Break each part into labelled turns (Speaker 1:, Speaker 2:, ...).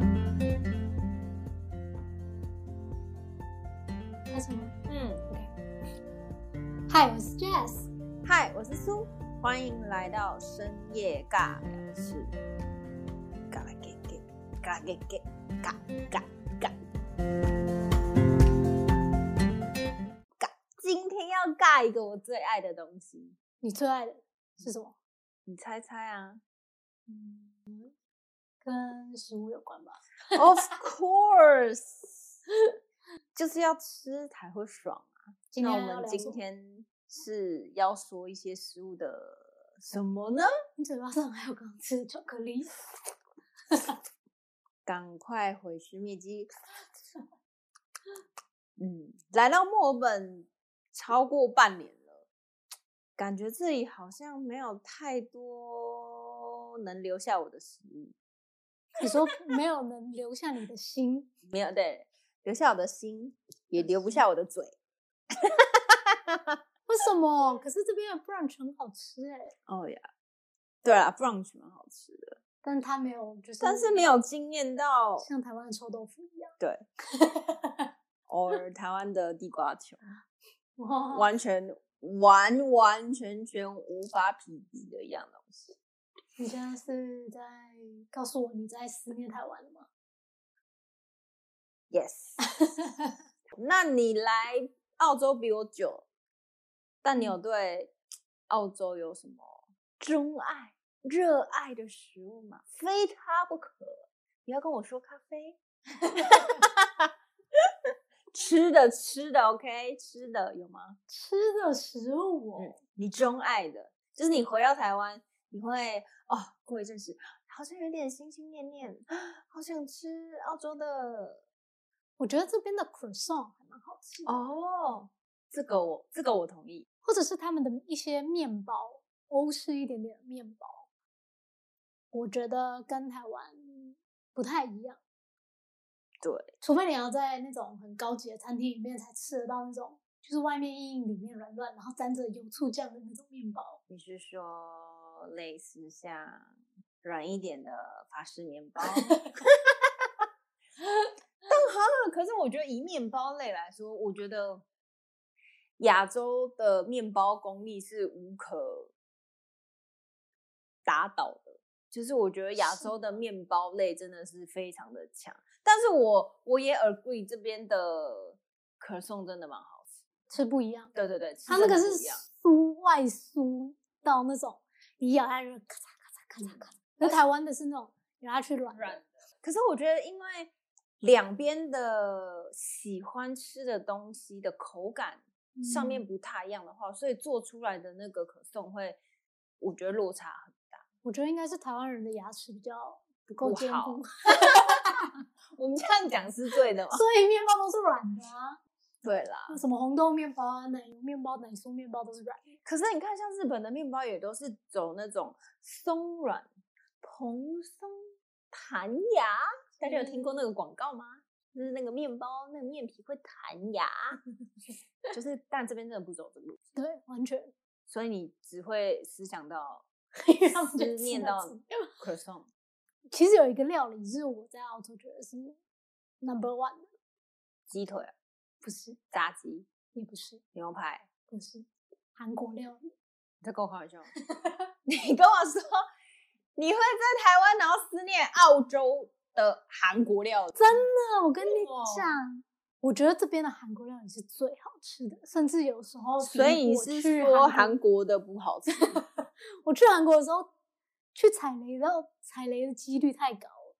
Speaker 1: 嗯嗨，我是 Jazz。
Speaker 2: 嗨，我是苏，欢迎来到深夜尬聊室。尬啦给给，尬啦给给，尬尬尬尬。今天要尬一个我最爱的东西，
Speaker 1: 你最爱的是什么？
Speaker 2: 你猜猜 啊
Speaker 1: 嗯跟食物有关吧？
Speaker 2: ？Of course，就是要吃才会爽啊。
Speaker 1: 今
Speaker 2: 那
Speaker 1: 天
Speaker 2: 我
Speaker 1: 要
Speaker 2: 们
Speaker 1: 聊什
Speaker 2: 今
Speaker 1: 么
Speaker 2: 天是要说一些食物的什么呢？
Speaker 1: 你嘴巴上还有刚吃的巧克力，
Speaker 2: 赶快毁尸灭迹。 嗯，来到墨尔本超过半年了，感觉这里好像没有太多能留下我的食物，
Speaker 1: 你说没有能留下你的心，
Speaker 2: 没有对，留下我的心，也留不下我的嘴。
Speaker 1: 为什么？可是这边的 brunch 很好吃哎、
Speaker 2: 哦呀，对啊，brunch 蛮好吃的，
Speaker 1: 但它没有就是，
Speaker 2: 但是没有惊艳到
Speaker 1: 像台湾的臭豆腐一样。
Speaker 2: 对，偶尔台湾的地瓜球，
Speaker 1: 哇
Speaker 2: 完全完完全全无法匹敌的一样东西。
Speaker 1: 你现在是在告诉我你在思念台湾了吗？
Speaker 2: Yes，那你来澳洲比我久，但你有对澳洲有什么钟爱、热爱的食物吗？非它不可。你要跟我说咖啡？吃的吃的，OK，吃的有吗？
Speaker 1: 吃的食物哦、
Speaker 2: 嗯，你钟爱的，就是你回到台湾，你会哦，过一阵子好像有点心心念念，好想吃澳洲的
Speaker 1: 我觉得这边的 croissant 还蛮好吃的，
Speaker 2: 哦，这个我这个我同意。
Speaker 1: 或者是他们的一些面包，欧式一点点的面包，我觉得跟台湾不太一样，
Speaker 2: 对，
Speaker 1: 除非你要在那种很高级的餐厅里面才吃得到那种，就是外面硬硬里面软软，然后沾着油醋酱的那种面包。
Speaker 2: 你是说类似像软一点的法式面 包？但哈，可是我觉得以面包类来说，我觉得亚洲的面包功力是无可打倒的。就是我觉得亚
Speaker 1: 是
Speaker 2: 洲的面包类真的是非常的强，但是我我也 agree 这边的可颂真的蛮好吃。
Speaker 1: 吃不一样，
Speaker 2: 对对对，吃
Speaker 1: 它那
Speaker 2: 真
Speaker 1: 个
Speaker 2: 的
Speaker 1: 是
Speaker 2: 不一样
Speaker 1: 酥外酥到那种你咬下去咔嚓咔嚓咔嚓咔嚓，而台湾的是那种咬下去软
Speaker 2: 软
Speaker 1: 软，
Speaker 2: 可是我觉得，因为两边的喜欢吃的东西的口感上面
Speaker 1: 嗯
Speaker 2: 不太一样的话，所以做出来的那个可颂会，我觉得落差很大。
Speaker 1: 我觉得应该是台湾人的牙齿比较不够
Speaker 2: 不
Speaker 1: 坚
Speaker 2: 好
Speaker 1: 固，
Speaker 2: 我们这样讲是对的吗？
Speaker 1: 所以面包都是软的啊，
Speaker 2: 对啦。
Speaker 1: 什么红豆面包啊、奶油面包、奶酥面包都是软的。
Speaker 2: 可是你看，像日本的面包也都是走那种松软、蓬松、弹牙。大家有听过那个广告吗？就是那个面包，那个面皮会弹牙。就是，但这边真的不走这个路，
Speaker 1: 对，完全
Speaker 2: 所以你只会思想到
Speaker 1: 让我觉得
Speaker 2: 思念
Speaker 1: 吃得
Speaker 2: 到
Speaker 1: 起
Speaker 2: 可颂。
Speaker 1: 其实有一个料理是我在澳洲觉得是 number one 的，
Speaker 2: 鸡腿、
Speaker 1: 不是，
Speaker 2: 炸鸡、
Speaker 1: 也不是，
Speaker 2: 牛排，
Speaker 1: 不是韩国料理。
Speaker 2: 你在跟我开玩笑吗？你跟我说你会在台湾，然后思念澳洲的韩国料理，真
Speaker 1: 那我跟你
Speaker 2: 哦
Speaker 1: 讲，我觉得这边的韩国料理是最好吃的，甚至有时候比
Speaker 2: 所以你
Speaker 1: 我
Speaker 2: 是
Speaker 1: 去
Speaker 2: 说
Speaker 1: 韩
Speaker 2: 韩国的不 好吃？
Speaker 1: 我去韩国的时候，去踩雷的踩雷的几率太高了，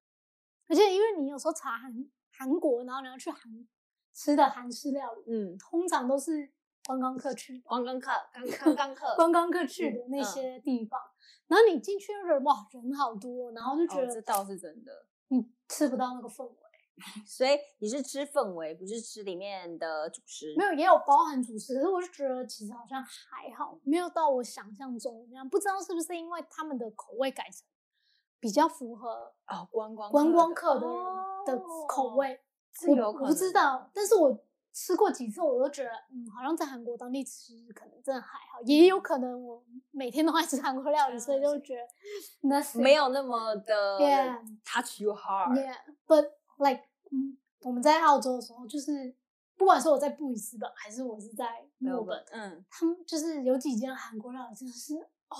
Speaker 1: 而且因为你有时候查韩韩国，然后你要去韩吃的韩式料理，
Speaker 2: 嗯，
Speaker 1: 通常都是观光客去的，
Speaker 2: 观光客、观观光客，
Speaker 1: 观光客去的
Speaker 2: 嗯
Speaker 1: 那
Speaker 2: 嗯
Speaker 1: 些地方，然后你进去就觉得哇人好多，然后就觉
Speaker 2: 哦，这
Speaker 1: 得
Speaker 2: 倒是真的。
Speaker 1: 你吃不到那个氛围，
Speaker 2: 所以你是吃氛围，不是吃里面的主食。
Speaker 1: 没有也有包含主食，可是我就觉得其实好像还好，没有到我想象中那样，不知道是不是因为他们的口味改成比较符合
Speaker 2: 哦，观光
Speaker 1: 观光
Speaker 2: 的
Speaker 1: 客的人的口，味，
Speaker 2: 是
Speaker 1: 我
Speaker 2: 有
Speaker 1: 我
Speaker 2: 哦可
Speaker 1: 不知
Speaker 2: 能
Speaker 1: 道，但是我吃过几次，我都觉得，嗯，好像在韩国当地吃可能真的还好，也有可能我每天都爱吃韩国料理，所以就觉得那
Speaker 2: 哦没有那么的
Speaker 1: Yeah
Speaker 2: touch your heart。
Speaker 1: ，yeah，but like，嗯，我们在澳洲的时候，就是不管说我在布里斯本还是我是在墨本，
Speaker 2: 嗯，
Speaker 1: 他们就是有几间韩国料理真的是哦，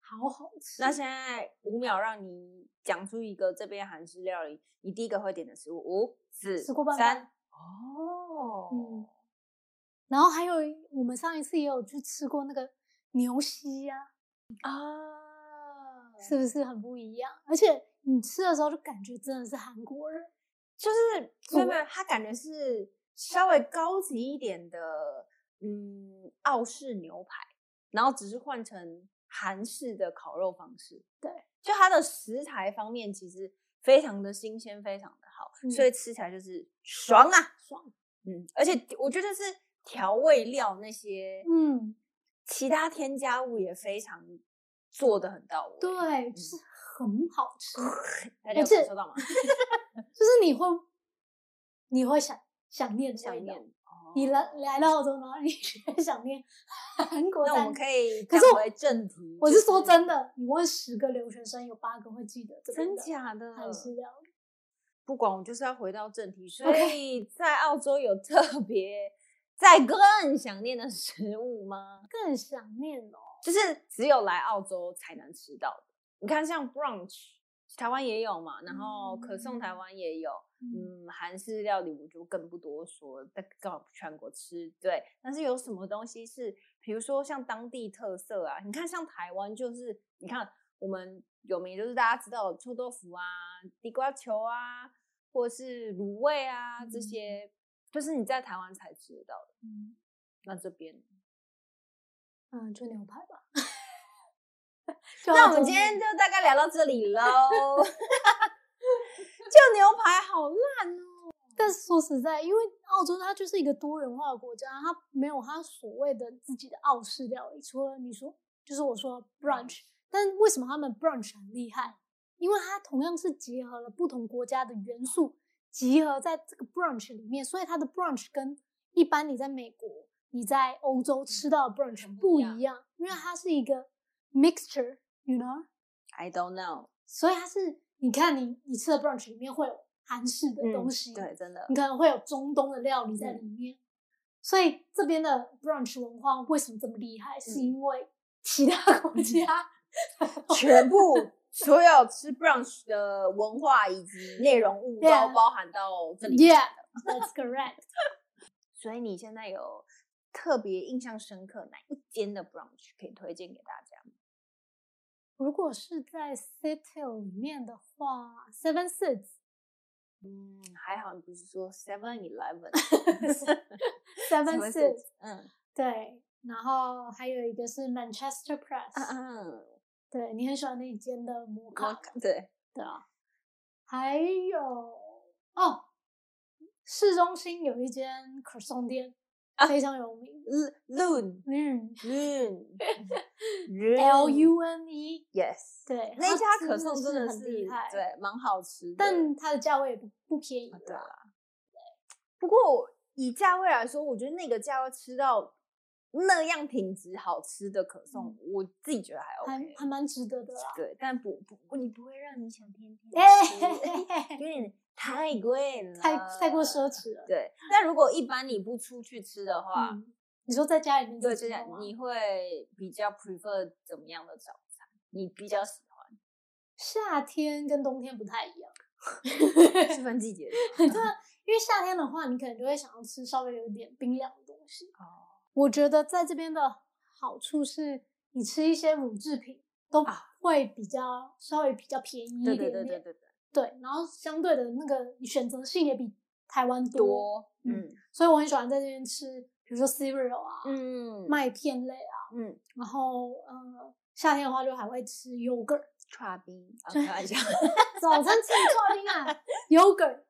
Speaker 1: 好好吃。
Speaker 2: 那现在五秒让你讲出一个这边韩式料理，你第一个会点的食物，五、四、
Speaker 1: 吃过拌
Speaker 2: 三
Speaker 1: 饭。
Speaker 2: 哦
Speaker 1: 嗯，然后还有我们上一次也有去吃过那个牛膝呀、
Speaker 2: 啊，
Speaker 1: 是不是很不一样？而且你吃的时候就感觉真的是韩国人，
Speaker 2: 就是
Speaker 1: 主
Speaker 2: 没有没有，它感觉是稍微高级一点的，嗯，澳式牛排，然后只是换成韩式的烤肉方式。
Speaker 1: 对，
Speaker 2: 就它的食材方面其实非常的新鲜，非常的好，
Speaker 1: 嗯
Speaker 2: 所以吃起来就是爽啊，
Speaker 1: 爽。
Speaker 2: 嗯，而且我觉得是调味料那些，
Speaker 1: 嗯，
Speaker 2: 其他添加物也非常做的很到位。
Speaker 1: 对，就是
Speaker 2: 嗯
Speaker 1: 很好吃，
Speaker 2: 大家有
Speaker 1: 而且
Speaker 2: 感受到吗？
Speaker 1: 就是你会你会想想念这个
Speaker 2: 想
Speaker 1: 味道
Speaker 2: 念。。
Speaker 1: 你
Speaker 2: 哦
Speaker 1: 来来到澳洲，然后你 就会想念韩国
Speaker 2: 那我
Speaker 1: 餐
Speaker 2: 们。可以
Speaker 1: 可
Speaker 2: 讲
Speaker 1: 是我
Speaker 2: 回正题。
Speaker 1: 我
Speaker 2: 就是
Speaker 1: 说真的，你问十个留学生，有八个会记得这边
Speaker 2: 真
Speaker 1: 的
Speaker 2: 假的？
Speaker 1: 韩式料理。
Speaker 2: 不管，我就是要回到正题。所
Speaker 1: OK
Speaker 2: 以在澳洲有特别在更想念的食物吗？
Speaker 1: 更想念哦，
Speaker 2: 就是只有来澳洲才能吃到的。你看，像 brunch，台湾也有嘛，然后可颂台湾也有，
Speaker 1: 嗯
Speaker 2: 嗯，韩式料理我就更不多说，在到全国吃对。但是有什么东西是，比如说像当地特色啊？你看，像台湾就是，你看我们有名就是大家知道的臭豆腐啊、地瓜球啊，或是卤味啊这
Speaker 1: 嗯
Speaker 2: 些，就是你在台湾才吃得到的。
Speaker 1: 嗯
Speaker 2: 那这边，
Speaker 1: 嗯，就牛排吧。 就
Speaker 2: 那
Speaker 1: 澳
Speaker 2: 我们
Speaker 1: 洲
Speaker 2: 今
Speaker 1: 牛
Speaker 2: 天就大概聊到这 里喽。就牛排好烂哦，
Speaker 1: 但是说实在，因为澳洲它就是一个多元化的国家，它没有它所谓的自己的澳式料理，除了你说就是我说
Speaker 2: 嗯
Speaker 1: 的 brunch，但为什么他们 brunch 很厉害？因为它同样是结合了不同国家的元素，集合在这个 brunch 里面，所以它的 brunch 跟一般你在美国、你在欧洲吃到的 brunch
Speaker 2: 嗯不
Speaker 1: 不
Speaker 2: 一嗯
Speaker 1: 一样，因为它是一个 mixture，you know。
Speaker 2: I don't know，
Speaker 1: 所以它是你看你你吃的 brunch 里面会有韩式的东西，
Speaker 2: 嗯对，真的
Speaker 1: 你可能会有中东的料理在里面。所以这边的 brunch 文化为什么这么厉害？是
Speaker 2: 嗯
Speaker 1: 因为其 他国家
Speaker 2: 全部 所有吃 brunch 的文化以及内容物都
Speaker 1: Yeah
Speaker 2: 包含到这里。
Speaker 1: ，Yeah，that's correct。
Speaker 2: 所以你现在有特别印象深刻哪一间的 brunch 可以推荐给大家吗？
Speaker 1: 如果是在 City 里面的话，Seven Six
Speaker 2: 嗯，还好你不是说 Seven Eleven，
Speaker 1: Seven Six
Speaker 2: 嗯
Speaker 1: 对，然后还有一个是 Manchester Press，、
Speaker 2: 嗯嗯，
Speaker 1: 对你很喜欢那一间的摩卡
Speaker 2: 我对，
Speaker 1: 对啊，还有哦，市中心有一间可颂店、
Speaker 2: 啊
Speaker 1: 非常有名，
Speaker 2: Loon
Speaker 1: 嗯
Speaker 2: Loon
Speaker 1: ，L U N E，
Speaker 2: Yes，
Speaker 1: 对，
Speaker 2: 那一
Speaker 1: 它
Speaker 2: 家可颂
Speaker 1: 真
Speaker 2: 真的
Speaker 1: 很厉害，，
Speaker 2: 对，蛮好吃的，
Speaker 1: 但它的价位也不不便宜
Speaker 2: 啊对
Speaker 1: 啦，
Speaker 2: 啊。不过以价位来说，我觉得那个价位吃到那样品质好吃的可颂，我自己觉得还
Speaker 1: 还
Speaker 2: OK。
Speaker 1: 还蛮值得的啦。
Speaker 2: 对，但不不，你不会让你想天天吃，
Speaker 1: 哎，
Speaker 2: 有点太贵了，
Speaker 1: 太太
Speaker 2: 呃
Speaker 1: 过奢。侈了。
Speaker 2: 对，但如果一般你不出去吃的话，
Speaker 1: 嗯，你说在家里面
Speaker 2: 啊对，
Speaker 1: 自己
Speaker 2: 就是
Speaker 1: 弄吗
Speaker 2: 你会比较 prefer 怎么样的早餐？你比较喜欢
Speaker 1: 夏天跟冬天不太一样，
Speaker 2: 是分季节的
Speaker 1: 对啊，因为夏天的话，你可能就会想要吃稍微有一点冰凉的东西。
Speaker 2: 吗？
Speaker 1: 我觉得在这边的好处是，你吃一些乳制品都
Speaker 2: 啊
Speaker 1: 会比较稍微比较便宜一
Speaker 2: 对
Speaker 1: 点
Speaker 2: 对
Speaker 1: 点，
Speaker 2: 对对对对，
Speaker 1: 对然后相对的那个选择性也比台湾多，
Speaker 2: 多，
Speaker 1: 嗯
Speaker 2: 嗯
Speaker 1: 所以我很喜欢在这边吃，比如说 cereal 啊，
Speaker 2: 嗯
Speaker 1: 麦片类啊，
Speaker 2: 嗯，
Speaker 1: 然后呃夏天的话就还会吃 yogurt，
Speaker 2: 串冰啊，
Speaker 1: 对
Speaker 2: 开玩笑。
Speaker 1: 早餐吃错冰啊 yogurt，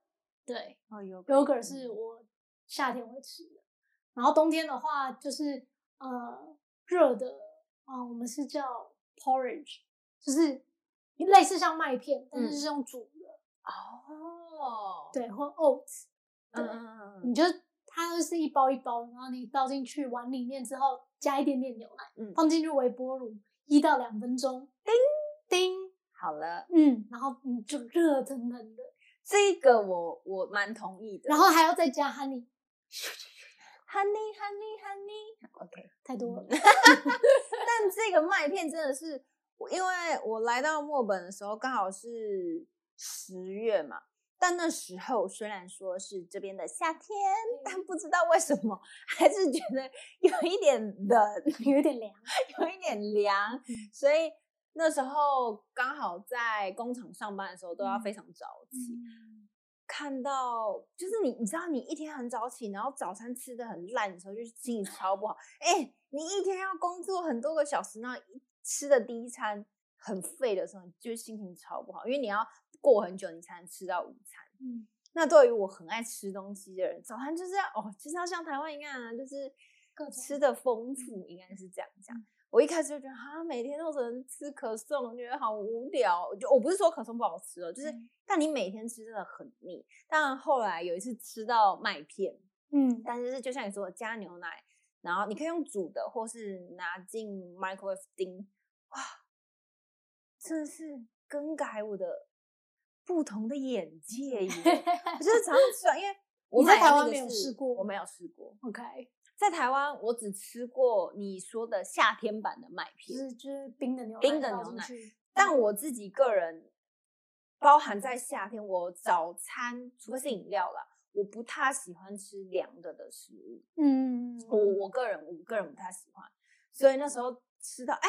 Speaker 1: 对
Speaker 2: 哦，有可能
Speaker 1: ，yogurt 是我夏天会吃的，然后冬天的话就是呃热的啊、我们是叫 porridge，就是类似像麦片，但
Speaker 2: 嗯
Speaker 1: 是是用煮的，
Speaker 2: 哦，
Speaker 1: 对，或 oats，
Speaker 2: 嗯，
Speaker 1: 对
Speaker 2: 嗯嗯嗯
Speaker 1: 你就它就是一包一包，然后你倒进去碗里面之后，加一点点牛奶，
Speaker 2: 嗯
Speaker 1: 放进去微波炉一到两分钟，叮叮，
Speaker 2: 好了，
Speaker 1: 嗯，然后你就热腾腾的，
Speaker 2: 这个我我蛮同意的。
Speaker 1: 然后还要再加 honey，
Speaker 2: Honey, honey, honey。OK，
Speaker 1: 太多了。
Speaker 2: 但这个麦片真的是，我因为我来到墨本的时候刚好是十月嘛，但那时候虽然说是这边的夏天，但不知道为什么还是觉得有一点冷，
Speaker 1: 有点凉，
Speaker 2: 有一点 凉，所以那时候刚好在工厂上班的时候都要非常早起。
Speaker 1: 嗯
Speaker 2: 看到就是你，你知道你一天很早起，然后早餐吃的很烂的时候，就是心情超不好。哎、你一天要工作很多个小时，然后一吃的第一餐很废的时候，你就是心情超不好，因为你要过很久你才能吃到午餐。
Speaker 1: 嗯，
Speaker 2: 那对于我很爱吃东西的人，早餐就是要哦，就是要像台湾一样啊，就是
Speaker 1: 各种嗯
Speaker 2: 吃的丰富，应该是这样讲。我一开始就觉得哈，每天都只能吃可颂，我觉得好无聊。就我不是说可颂不好吃哦，就是、
Speaker 1: 嗯
Speaker 2: 但你每天吃真的很腻。当然后来有一次吃到麦片，
Speaker 1: 嗯，
Speaker 2: 但是是就像你说的加牛奶，然后你可以用煮的，或是拿进 microwave 叮，哇，真的是更改我的不同的眼界耶！我就是常常吃完，因 为我
Speaker 1: 你在
Speaker 2: 买
Speaker 1: 台
Speaker 2: 的
Speaker 1: 湾
Speaker 2: 那个
Speaker 1: 没有
Speaker 2: 是
Speaker 1: 试过
Speaker 2: 我没有试过。
Speaker 1: OK，
Speaker 2: 在台湾，我只吃过你说的夏天版的麦
Speaker 1: 就
Speaker 2: 片，
Speaker 1: 是就是冰的牛奶，
Speaker 2: 冰的牛奶，但我自己个人，包含在夏天，我早餐除非是饮料啦，我不太喜欢吃凉的的食物。
Speaker 1: 嗯，
Speaker 2: 我我个人我个人不太喜欢，所以那时候吃到哎。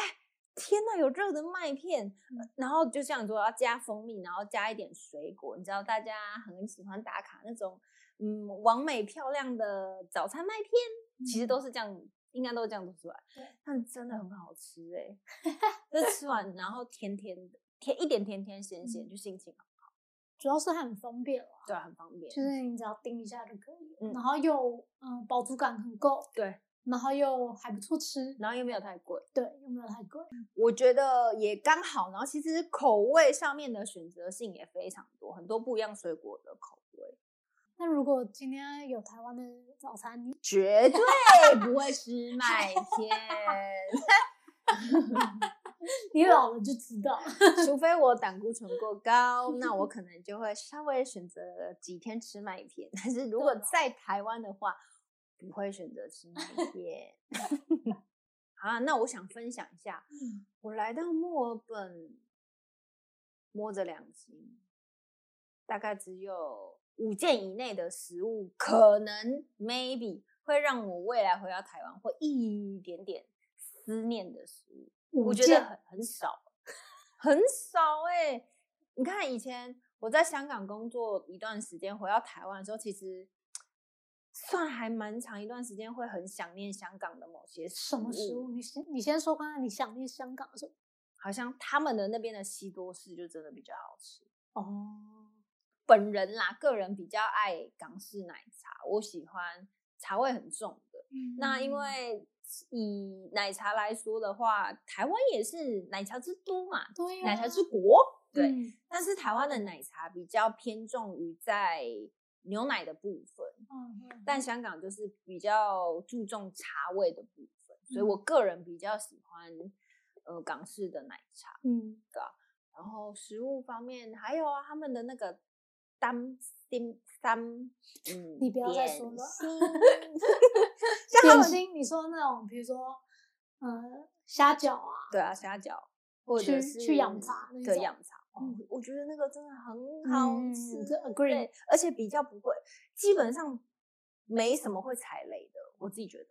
Speaker 2: 天呐，有热的麦片，
Speaker 1: 嗯
Speaker 2: 呃然后就像你说要加蜂蜜，然后加一点水果，你知道大家很喜欢打卡那种，嗯，完美漂亮的早餐麦片，其实都是这样，应该都是这样做出来
Speaker 1: 嗯对，
Speaker 2: 但真的很好吃哎、就吃完然后甜甜的，甜一点甜甜咸咸，
Speaker 1: 嗯
Speaker 2: 就心情好，
Speaker 1: 主要是它很方便了，
Speaker 2: 对啊，很方便，
Speaker 1: 就是你只要叮一下就可以了，
Speaker 2: 嗯
Speaker 1: 然后又嗯饱足感很够，
Speaker 2: 对，
Speaker 1: 然后又还不错吃，
Speaker 2: 然后又没有太贵。
Speaker 1: 对，又没有太贵，
Speaker 2: 我觉得也刚好，然后其实口味上面的选择性也非常多，很多不一样水果的口味，
Speaker 1: 那如果今天有台湾的早餐，你
Speaker 2: 绝对不会吃 麦片，
Speaker 1: 你老了就知道，
Speaker 2: 除非我胆固醇过高，那我可能就会稍微选择几天吃麦片。但是如果
Speaker 1: 对啊
Speaker 2: 在台湾的话，不会选择吃麦片。啊，那我想分享一下，我来到墨尔本，摸着良心，大概只有五件以内的食物，可能 maybe 会让我未来回到台湾会一点点思念的食物，
Speaker 1: 五
Speaker 2: 我觉
Speaker 1: 件
Speaker 2: 得很很少， 很少哎、你看以前我在香港工作一段时间，回到台湾的时候，其实。算还蛮长一段时间，会很想念香港的某些
Speaker 1: 什么
Speaker 2: 嗯
Speaker 1: 食物？你先你先说看看你想念香港的什么？
Speaker 2: 好像他们的那边的西多士就真的比较好吃。
Speaker 1: 哦，
Speaker 2: 本人啦，个人比较爱港式奶茶，我喜欢茶味很重的。
Speaker 1: 嗯
Speaker 2: 那因为以奶茶来说的话，台湾也是奶茶之都嘛，
Speaker 1: 对呀、
Speaker 2: 奶茶之国。对，
Speaker 1: 嗯
Speaker 2: 但是台湾的奶茶比较偏重于在牛奶的部分，
Speaker 1: 嗯嗯
Speaker 2: 但香港就是比较注重茶味的部分，所以
Speaker 1: 嗯
Speaker 2: 我个人比较喜欢呃港式的奶茶。
Speaker 1: 嗯，
Speaker 2: 然后食物方面，还有啊，他们的那个当丁当，嗯，
Speaker 1: 你不要再说
Speaker 2: 点
Speaker 1: 了
Speaker 2: 心像他
Speaker 1: 点
Speaker 2: 们
Speaker 1: 心，你说那种比如说呃虾饺啊，
Speaker 2: 对啊，虾饺或者
Speaker 1: 去
Speaker 2: 是
Speaker 1: 去养茶那
Speaker 2: 对
Speaker 1: 种
Speaker 2: 养茶，哦
Speaker 1: 嗯
Speaker 2: 我觉得那个真的很好
Speaker 1: 嗯
Speaker 2: 吃，
Speaker 1: 这 agree
Speaker 2: 对，而且比较不会，基本上没什么会踩雷的，我自己觉得。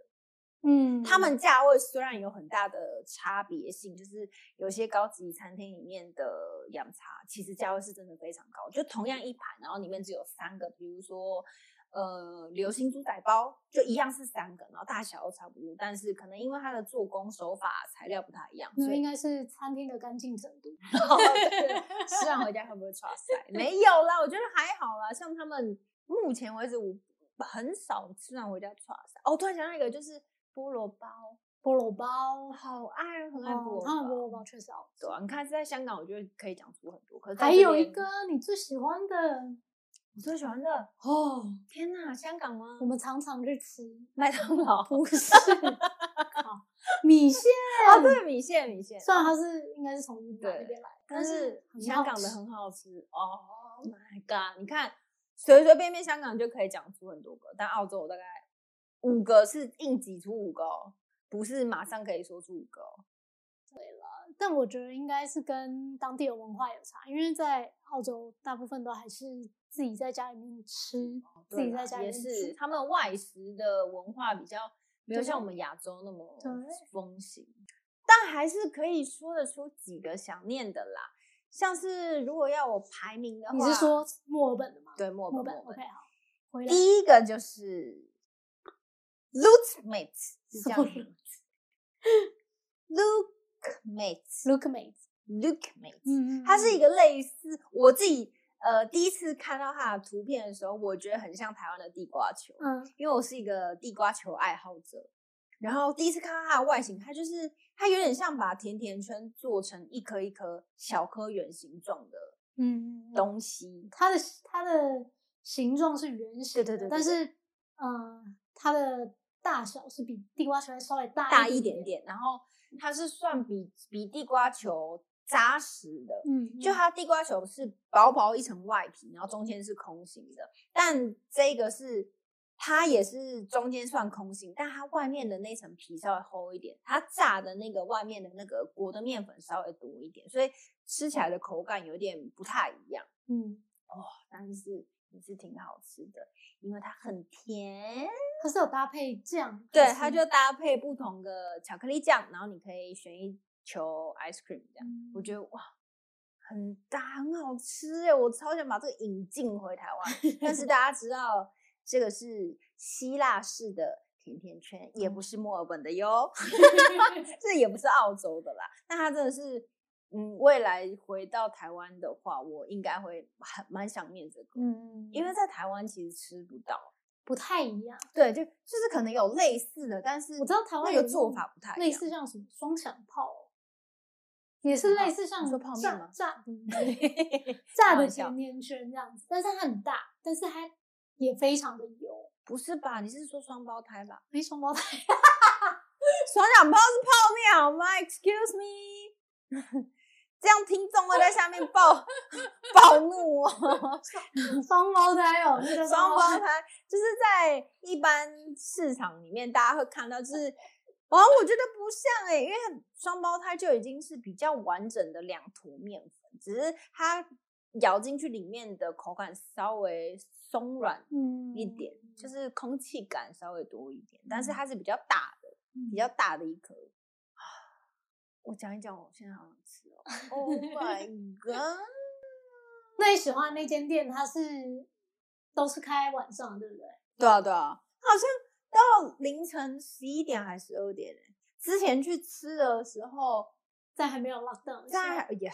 Speaker 1: 嗯，
Speaker 2: 他们价位虽然有很大的差别性，就是有些高级餐厅里面的洋茶，其实价位是真的非常高。就同样一盘，然后里面只有三个，比如说呃流心猪仔包，就一样是三个，然后大小都差不多，但是可能因为它的做工手法材料不太一样，
Speaker 1: 嗯
Speaker 2: 所
Speaker 1: 那应
Speaker 2: 以
Speaker 1: 该是餐厅的干净程度，
Speaker 2: 哦 对吃完回家会不会刷塞？没有啦，我觉得还好啦。像他们目前为止，我很少吃完回家刷塞。哦，突然想到一个，就是菠萝包。
Speaker 1: 菠萝包，
Speaker 2: 好爱，啊很爱
Speaker 1: 哦
Speaker 2: 菠萝，
Speaker 1: 他们菠
Speaker 2: 包。
Speaker 1: 萝包确实好吃
Speaker 2: 对。啊，你看在香港，我觉得可以讲出很多。可是在
Speaker 1: 还
Speaker 2: 这
Speaker 1: 有一
Speaker 2: 边
Speaker 1: 个啊你最喜欢的
Speaker 2: 我最喜欢的，
Speaker 1: 哦，
Speaker 2: 天哪，香港吗
Speaker 1: 我？们常常去吃，
Speaker 2: 麦当劳
Speaker 1: 嗯不是靠米线，
Speaker 2: 啊，对，米线米线，
Speaker 1: 虽然它是应该是从云南那
Speaker 2: 对
Speaker 1: 边来的，
Speaker 2: 但
Speaker 1: 是
Speaker 2: 是
Speaker 1: 很
Speaker 2: 香
Speaker 1: 好
Speaker 2: 港的
Speaker 1: 吃
Speaker 2: 很好吃。Oh my Oh god！你看随随便便香港就可以讲出很多个，嗯但澳洲我大概五个是硬挤出五个、哦，不是马上可以说出五个、哦。
Speaker 1: 但我觉得应该是跟当地的文化有差，因为在澳洲大部分都还是自己在家里面吃，自己
Speaker 2: 对啦
Speaker 1: 在家里
Speaker 2: 也
Speaker 1: 面
Speaker 2: 是，
Speaker 1: 煮。
Speaker 2: 他们外食的文化比较没有像我们亚洲那么
Speaker 1: 对
Speaker 2: 风行，但还是可以说得出几个想念的啦。像是如果要我排名的话，
Speaker 1: 你是说墨尔本的吗？
Speaker 2: 对墨
Speaker 1: 墨尔
Speaker 2: 尔本？
Speaker 1: 本
Speaker 2: 墨尔
Speaker 1: ，OK，
Speaker 2: 本
Speaker 1: 好，回来。
Speaker 2: 第一个就是 Luke Mate，是这
Speaker 1: 什
Speaker 2: 样
Speaker 1: 么
Speaker 2: 子吗 Luke
Speaker 1: Look
Speaker 2: Mate，Luke
Speaker 1: mate，
Speaker 2: Mate，
Speaker 1: 嗯，
Speaker 2: 它是一个类似我自己呃第一次看到它的图片的时候，我觉得很像台湾的地瓜球，
Speaker 1: 嗯
Speaker 2: 因为我是一个地瓜球爱好者。然后第一次看到它的外形，它就是它有点像把甜甜圈做成一颗一颗小颗圆形状的
Speaker 1: 嗯，嗯嗯
Speaker 2: 东西，
Speaker 1: 它的它的形状是圆形的，
Speaker 2: 对对对对
Speaker 1: 但是嗯，它的大小是比地瓜球还稍微大
Speaker 2: 大
Speaker 1: 一
Speaker 2: 一点，点，然后它是算比比地瓜球扎实的，
Speaker 1: 嗯，
Speaker 2: 就
Speaker 1: 嗯
Speaker 2: 它地瓜球是薄薄一层外皮，然后中间是空心的，但这个是它也是中间算空心，但它外面的那层皮稍微厚一点，它炸的那个外面的那个裹的面粉稍微多一点，所以吃起来的口感有点不太一样，
Speaker 1: 嗯，
Speaker 2: 但是也是挺好吃的，因为它很甜。
Speaker 1: 它是有搭配酱，
Speaker 2: 对，
Speaker 1: 还
Speaker 2: 它
Speaker 1: 是
Speaker 2: 就搭配不同的巧克力酱，然后你可以选一球 ice cream 这样。
Speaker 1: 嗯
Speaker 2: 我觉得哇，很大，很好吃哎！我超想把这个引进回台湾，但是大家知道这个是希腊式的甜甜圈，也
Speaker 1: 嗯
Speaker 2: 不是墨尔本 的哟，这也不是澳洲的啦。那它真的是，嗯，未来回到台湾的话，我应该会很蛮想念这个，
Speaker 1: 嗯，
Speaker 2: 因为在台湾其实吃不到。
Speaker 1: 不太一样。
Speaker 2: 对，就就是可能有类似的，但是
Speaker 1: 我知道台湾
Speaker 2: 那
Speaker 1: 有
Speaker 2: 个
Speaker 1: 那
Speaker 2: 做
Speaker 1: 种
Speaker 2: 法不太一
Speaker 1: 类
Speaker 2: 样
Speaker 1: 似像什么双响炮，也是类似像
Speaker 2: 你说泡面
Speaker 1: 炸
Speaker 2: 吗
Speaker 1: 炸嗯 炸
Speaker 2: 开
Speaker 1: 的
Speaker 2: 玩笑
Speaker 1: 甜甜圈这样子，但是它很大，但是它也非常的油，
Speaker 2: 不是吧？你是说双胞胎吧？
Speaker 1: 没双胞胎。
Speaker 2: 爽朗泡是泡面好吗？Excuse me，这 样听众会在下面暴 暴怒哦。
Speaker 1: 双胞胎哦，那个
Speaker 2: 双
Speaker 1: 双
Speaker 2: 胞
Speaker 1: 胞胎
Speaker 2: 胎就是在一般市场里面，大家会看到，就是哦，我觉得不像哎、因为双胞胎就已经是比较完整的两坨面粉，只是它咬进去里面的口感稍微松软
Speaker 1: 嗯
Speaker 2: 一点，就是空气感稍微多一点，但是它是比较大的。
Speaker 1: 嗯
Speaker 2: 比较大的一颗。我讲一讲，我现在好想吃哦 ！Oh my god！
Speaker 1: 那你喜欢那间店，它是都是开晚上，对不对？
Speaker 2: 对啊对啊，好像到凌晨十一点还是十二点欸、之前去吃的时候，
Speaker 1: 在还没有 lockdown 的时候
Speaker 2: 在也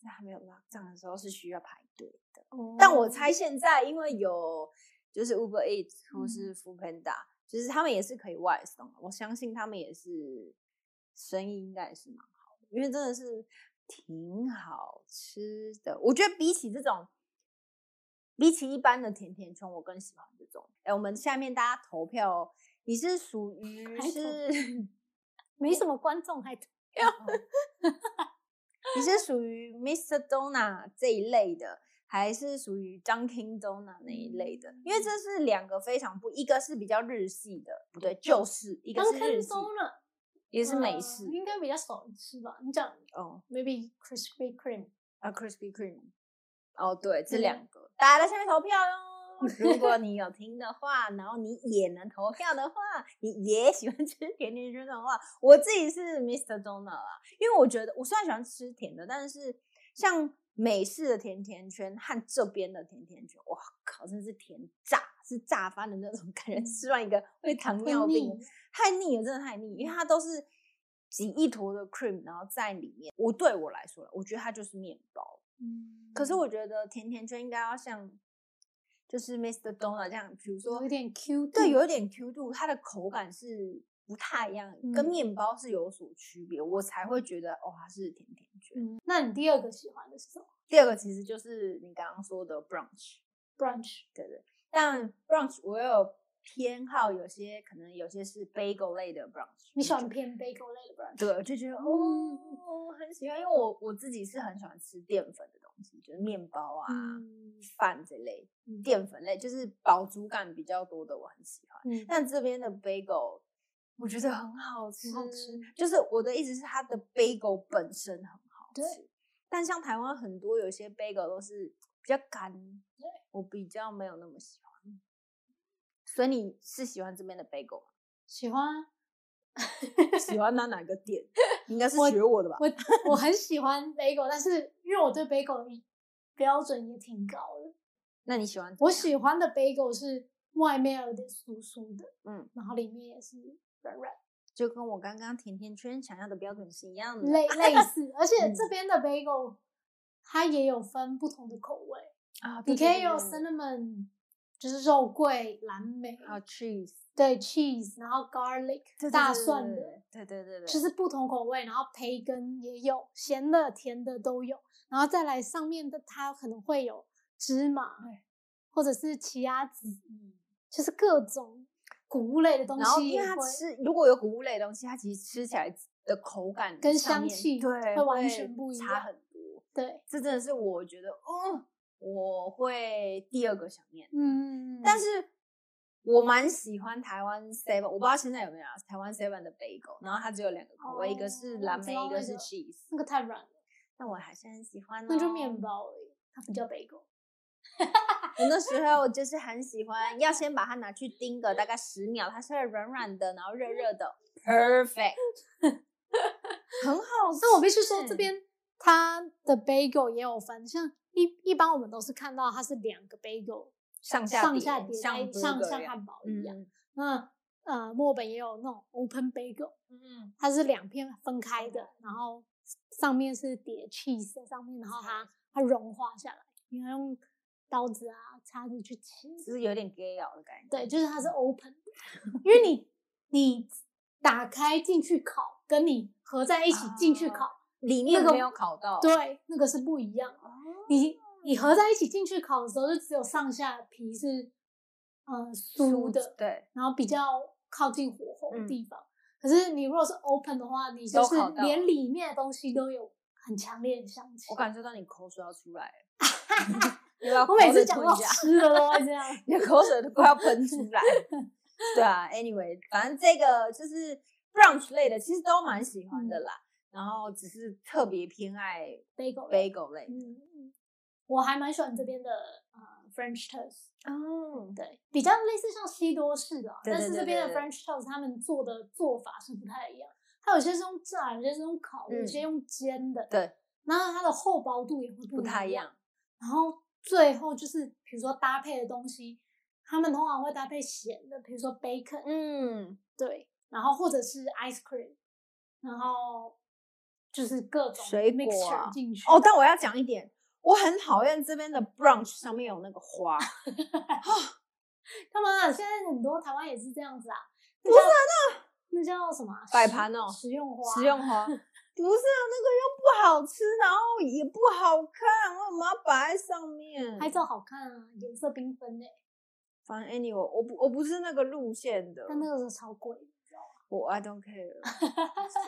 Speaker 2: 在还没有拉账的时候是需要排队的，
Speaker 1: 哦
Speaker 2: 但我猜现在因为有就是 Uber Eats 或是
Speaker 1: 嗯
Speaker 2: Food Panda，、就是他们也是可以外送的，我相信他们也是生意应该也是蛮好的，因为真的是挺好吃的。我觉得比起这种，比起一般的甜甜圈，我更喜欢这种。哎，我们下面大家投票哦，你是属于
Speaker 1: 还投
Speaker 2: 是。
Speaker 1: 没什么观众还
Speaker 2: 你是属于 Mr. Dona 这一类的，还是属于 Dunkin' Dona 那一类的？因为这是两个非常不，一个是比较日系的，不对，就是一个
Speaker 1: 刚
Speaker 2: 是
Speaker 1: 看
Speaker 2: 日系，
Speaker 1: 中了，
Speaker 2: 也是美
Speaker 1: 呃
Speaker 2: 式。
Speaker 1: 应该比较少人吃吧？你讲
Speaker 2: 哦，
Speaker 1: maybe Krispy Kreme，
Speaker 2: 啊，Krispy Kreme。哦，对，这
Speaker 1: 嗯
Speaker 2: 两个，大家在下面投票哟。如果你有听的话，然后你也能投票的话，你也喜欢吃甜甜圈的话，我自己是 Mr. Donut 啦，因为我觉得我虽然喜欢吃甜的，但是像美式的甜甜圈和这边的甜甜圈，哇靠，真的是甜炸，是炸翻的那种感觉，吃完一个嗯会糖
Speaker 1: 会
Speaker 2: 尿病
Speaker 1: 腻
Speaker 2: 的，太腻了，真的太腻，
Speaker 1: 嗯
Speaker 2: 因为它都是挤一坨的 cream，然后在里面。我对我来说啦，我觉得它就是面包。
Speaker 1: 嗯
Speaker 2: 可是我觉得甜甜圈应该要像，就是 Mr. Donut 这样，比如说
Speaker 1: 有一点 Q，
Speaker 2: 对，有一点 Q 度，它的口感是不太一样，跟
Speaker 1: 嗯
Speaker 2: 面包是有所区别，我才会觉得哦，它是甜甜圈。
Speaker 1: 嗯。那你第二个喜欢的是什么
Speaker 2: 第二个其实就是你刚刚说的 brunch，
Speaker 1: ？Brunch，
Speaker 2: 对对，但 brunch 我有偏好，有些可能有些是 bagel 类的 brunch。
Speaker 1: 你喜
Speaker 2: 就
Speaker 1: 欢偏 bagel 类的 brunch？
Speaker 2: 对，我就觉得哦，我很喜欢，因为我我自己是很喜欢吃淀粉的东西，就是面包啊、
Speaker 1: 嗯
Speaker 2: 饭这类淀粉类，就是饱足感比较多的，我很喜欢。
Speaker 1: 嗯，
Speaker 2: 但这边的 bagel 我觉得很好吃，
Speaker 1: 好吃
Speaker 2: 就是我的意思是它的 bagel 本身很好
Speaker 1: 对
Speaker 2: 吃，但像台湾很多有些 bagel 都是比较干，我比较没有那么喜欢。所以你是喜欢这边的 bagel 吗？
Speaker 1: 喜欢啊。
Speaker 2: 喜欢它哪个点？应该是
Speaker 1: 我
Speaker 2: 学我的吧？
Speaker 1: 我我很喜欢 bagel，但是因为我对 bagel 的标准也挺高的。
Speaker 2: 那你喜欢？
Speaker 1: 我喜欢的 bagel 是外面有点酥酥的，
Speaker 2: 嗯，
Speaker 1: 然后里面也是软软，
Speaker 2: 就跟我刚刚甜甜圈想要的标准是一样的。
Speaker 1: 类类似。而且
Speaker 2: 嗯
Speaker 1: 这边的 bagel 它也有分不同的口味，
Speaker 2: 啊，对
Speaker 1: 你可
Speaker 2: 对
Speaker 1: 以
Speaker 2: 对
Speaker 1: 有
Speaker 2: 对
Speaker 1: cinnamon，就是肉桂、蓝莓，
Speaker 2: 还有哦 cheese，
Speaker 1: 对 cheese，然后 garlic
Speaker 2: 对对
Speaker 1: 大
Speaker 2: 对对
Speaker 1: 蒜
Speaker 2: 对
Speaker 1: 的，
Speaker 2: 对对对对，
Speaker 1: 就是不同口味，然后培根也有，咸的、甜的都有，然后再来上面的它可能会有芝麻，或者是奇亚籽，
Speaker 2: 嗯
Speaker 1: 就是各种谷物类的东
Speaker 2: 然后
Speaker 1: 西
Speaker 2: 因
Speaker 1: 也
Speaker 2: 为它
Speaker 1: 会
Speaker 2: 吃如果有谷物类的东西，它其实吃起来的口感
Speaker 1: 跟
Speaker 2: 上
Speaker 1: 香
Speaker 2: 面
Speaker 1: 气
Speaker 2: 对
Speaker 1: 会完全不一
Speaker 2: 差
Speaker 1: 样
Speaker 2: 很多。
Speaker 1: 对，
Speaker 2: 这真的是我觉得，哦，我会第二个想念，
Speaker 1: 嗯，
Speaker 2: 但是。我蛮喜欢台湾 seven，我不知道现在有没有啊台湾 seven 的 bagel，然后它只有两个口味，一个
Speaker 1: 哦
Speaker 2: 是蓝
Speaker 1: 我知
Speaker 2: 莓，
Speaker 1: 道
Speaker 2: 一个
Speaker 1: 那
Speaker 2: 是
Speaker 1: 个
Speaker 2: cheese。
Speaker 1: 那个太软了，
Speaker 2: 但我还是很喜欢、哦，嗯
Speaker 1: 那就面包而已，它不叫 bagel。
Speaker 2: 我那时候就是很喜欢，要先把它拿去叮个大概十秒，它是会软软的，然后热热的，perfect，很好吃。
Speaker 1: 但我必须说，
Speaker 2: 是
Speaker 1: 这边它的 bagel 也有分，像一一般我们都是看到它是两个 bagel
Speaker 2: 上下
Speaker 1: 上下
Speaker 2: 叠
Speaker 1: 叠
Speaker 2: 像
Speaker 1: 在一
Speaker 2: burger
Speaker 1: 上像
Speaker 2: 一样
Speaker 1: 汉堡一样。
Speaker 2: 嗯
Speaker 1: 那呃，墨尔本也有那种 open bagel，
Speaker 2: 嗯，
Speaker 1: 它是两片分开的，然后上面是叠 cheese 在上面，然后它它融化下来，你要用刀子啊、叉子去切。
Speaker 2: 就是有点 gay 佬的感觉。
Speaker 1: 对，就是它是 open，的因为你你打开进去烤，跟你合在一起进去
Speaker 2: 啊
Speaker 1: 烤，
Speaker 2: 里面
Speaker 1: 那个
Speaker 2: 没有烤到，
Speaker 1: 对，那个是不一样的。你
Speaker 2: 啊
Speaker 1: 你合在一起进去烤的时候，就只有上下皮是呃酥的，
Speaker 2: 对，
Speaker 1: 然后比较靠近火候
Speaker 2: 嗯
Speaker 1: 的地方。可是你如果是 open 的话，你就
Speaker 2: 都
Speaker 1: 是
Speaker 2: 烤到
Speaker 1: 连里面的东西都有很强烈的香气
Speaker 2: 我。感受到你口水要出来了。 要不要
Speaker 1: 我每
Speaker 2: 口
Speaker 1: 次
Speaker 2: 水
Speaker 1: 讲
Speaker 2: 吐
Speaker 1: 到
Speaker 2: 一下
Speaker 1: 吃的都会这样。
Speaker 2: 你的口水都快要喷出来。 对啊，anyway，反正这个就是 brunch 类的，其实都蛮喜欢
Speaker 1: 嗯
Speaker 2: 的啦。然后只是特别偏爱
Speaker 1: bagel 类
Speaker 2: bagel 类。
Speaker 1: 嗯，嗯我还蛮喜欢这边的呃 French toast，
Speaker 2: 哦，
Speaker 1: 对，比较类似像西多士的啊、
Speaker 2: 对对
Speaker 1: 但是
Speaker 2: 对
Speaker 1: 这边的
Speaker 2: 对对
Speaker 1: French toast 他们做的做法是不太一样，它有些是用炸，有些是用烤，
Speaker 2: 嗯
Speaker 1: 有些用煎的，
Speaker 2: 对，
Speaker 1: 然后它的厚薄度也会
Speaker 2: 不太
Speaker 1: 一
Speaker 2: 一样。
Speaker 1: 然后最后就是比如说搭配的东西，他们通常会搭配咸的，比如说 bacon，
Speaker 2: 嗯，
Speaker 1: 对，然后或者是 ice cream，然后就是各种
Speaker 2: 水果
Speaker 1: mixture
Speaker 2: 啊
Speaker 1: 进去。
Speaker 2: 哦，但我要讲一点，我很讨厌这边的 brunch 上面有那个花，
Speaker 1: 干嘛？啊现在很多台湾也是这样子啊？不是那那叫什么啊
Speaker 2: 摆
Speaker 1: 食
Speaker 2: 盘哦
Speaker 1: 食用花，
Speaker 2: 食用 花。不是啊，那个又不好吃，然后也不好看，为什么要摆在上面？
Speaker 1: 拍照好看啊，颜色缤纷诶，
Speaker 2: 反正 anyway，我不我不是那个路线的。
Speaker 1: 但那个时候超贵，你知道吗？
Speaker 2: 我 I don't care，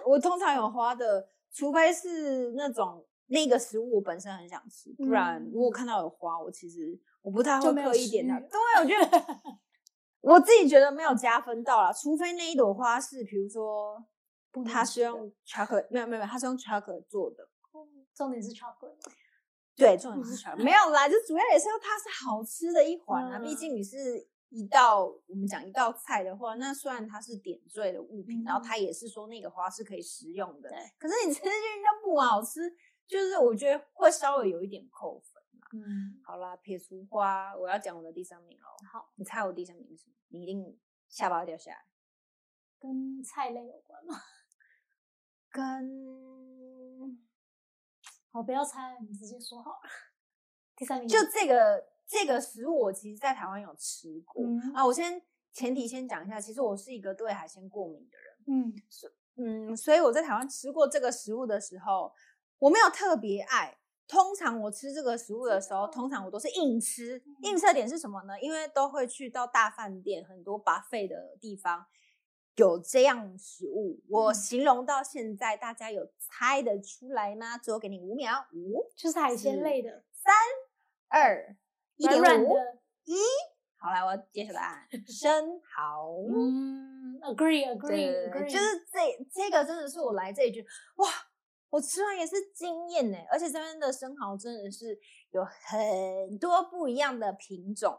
Speaker 2: 我通常有花的，除非是那种那个食物我本身很想吃，不然
Speaker 1: 嗯
Speaker 2: 如果看到有花，我其实我不太
Speaker 1: 就
Speaker 2: 会
Speaker 1: 没有
Speaker 2: 刻意点它
Speaker 1: 食欲。
Speaker 2: 对，我觉得我自己觉得没有加分到啦，除非那一朵花是，比如说
Speaker 1: 不能
Speaker 2: 它
Speaker 1: 吃
Speaker 2: 是
Speaker 1: 的
Speaker 2: 用 chocolate，没有没有没有，它是用 chocolate 做的。
Speaker 1: 重点是 chocolate，
Speaker 2: 对，重点是 chocolate，没有啦，就主要也是它是好吃的一环啊。毕
Speaker 1: 嗯
Speaker 2: 竟你是一道我们讲一道菜的话，那虽然它是点缀的物品，然后它也是说那个花是可以食用的，
Speaker 1: 嗯对
Speaker 2: 可是你吃进去就不好吃，就是我觉得会稍微有一点扣分。
Speaker 1: 嗯，
Speaker 2: 好啦，撇除花，我要讲我的第三名喽。
Speaker 1: 好，
Speaker 2: 你猜我第三名是什么？你一定下巴掉下来。
Speaker 1: 跟菜类有关吗？嗯
Speaker 2: 跟
Speaker 1: 好，不要猜了，你直接说好了。第三名
Speaker 2: 就这个这个食物，我其实在台湾有吃过，
Speaker 1: 嗯
Speaker 2: 啊，我先前提先讲一下，其实我是一个对海鲜过敏的人，
Speaker 1: 嗯
Speaker 2: 嗯，所以我在台湾吃过这个食物的时候，我没有特别爱，通常我吃这个食物的时候，通常我都是硬吃。硬吃的点是什么呢？因为都会去到大饭店，很多 buffet 的地方有这样食物。我
Speaker 1: 嗯
Speaker 2: 形容到现在，大家有猜得出来吗？最后给你五秒，五、
Speaker 1: 就是海鲜
Speaker 2: 是
Speaker 1: 类的，
Speaker 2: 二、一
Speaker 1: 软
Speaker 2: 点
Speaker 1: 软
Speaker 2: 五。
Speaker 1: 的，
Speaker 2: 好来，我揭晓答 案，生蚝。
Speaker 1: 嗯，agree
Speaker 2: 对
Speaker 1: agree
Speaker 2: 对对，
Speaker 1: agree，
Speaker 2: 就是这这个真的是我来这一句，哇，我吃完也是惊艳呢。而且这边的生蚝真的是有很多不一样的品种，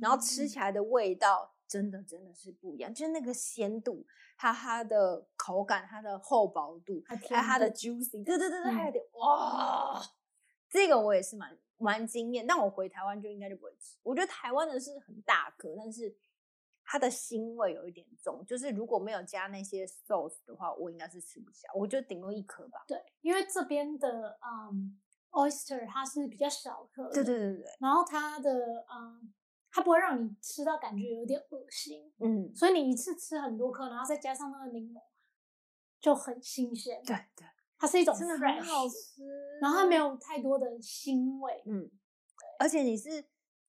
Speaker 2: 然后吃
Speaker 1: 嗯
Speaker 2: 起来的味道真的真的是不一样，就是那个鲜度，它它的口感，它的厚薄度，
Speaker 1: 还
Speaker 2: 还有
Speaker 1: 甜
Speaker 2: 它的
Speaker 1: 度
Speaker 2: juicy，对对对对，还有
Speaker 1: 嗯
Speaker 2: 点哇，这个我也是蛮蛮惊艳。但我回台湾就应该就不会吃，我觉得台湾的是很大颗，但是它的腥味有一点重，就是如果没有加那些 sauce 的话，我应该是吃不下，我就顶多一颗吧。
Speaker 1: 对，因为这边的嗯 oyster 它是比较小颗，
Speaker 2: 对，对对对，
Speaker 1: 然后它的嗯它不会让你吃到感觉有点恶心，
Speaker 2: 嗯，
Speaker 1: 所以你一次吃很多颗，然后再加上那个柠檬，就很新鲜，
Speaker 2: 对对，
Speaker 1: 它是一种 fresh，
Speaker 2: 真的很好吃。
Speaker 1: 然后它没有太多的腥味，
Speaker 2: 嗯，而且你是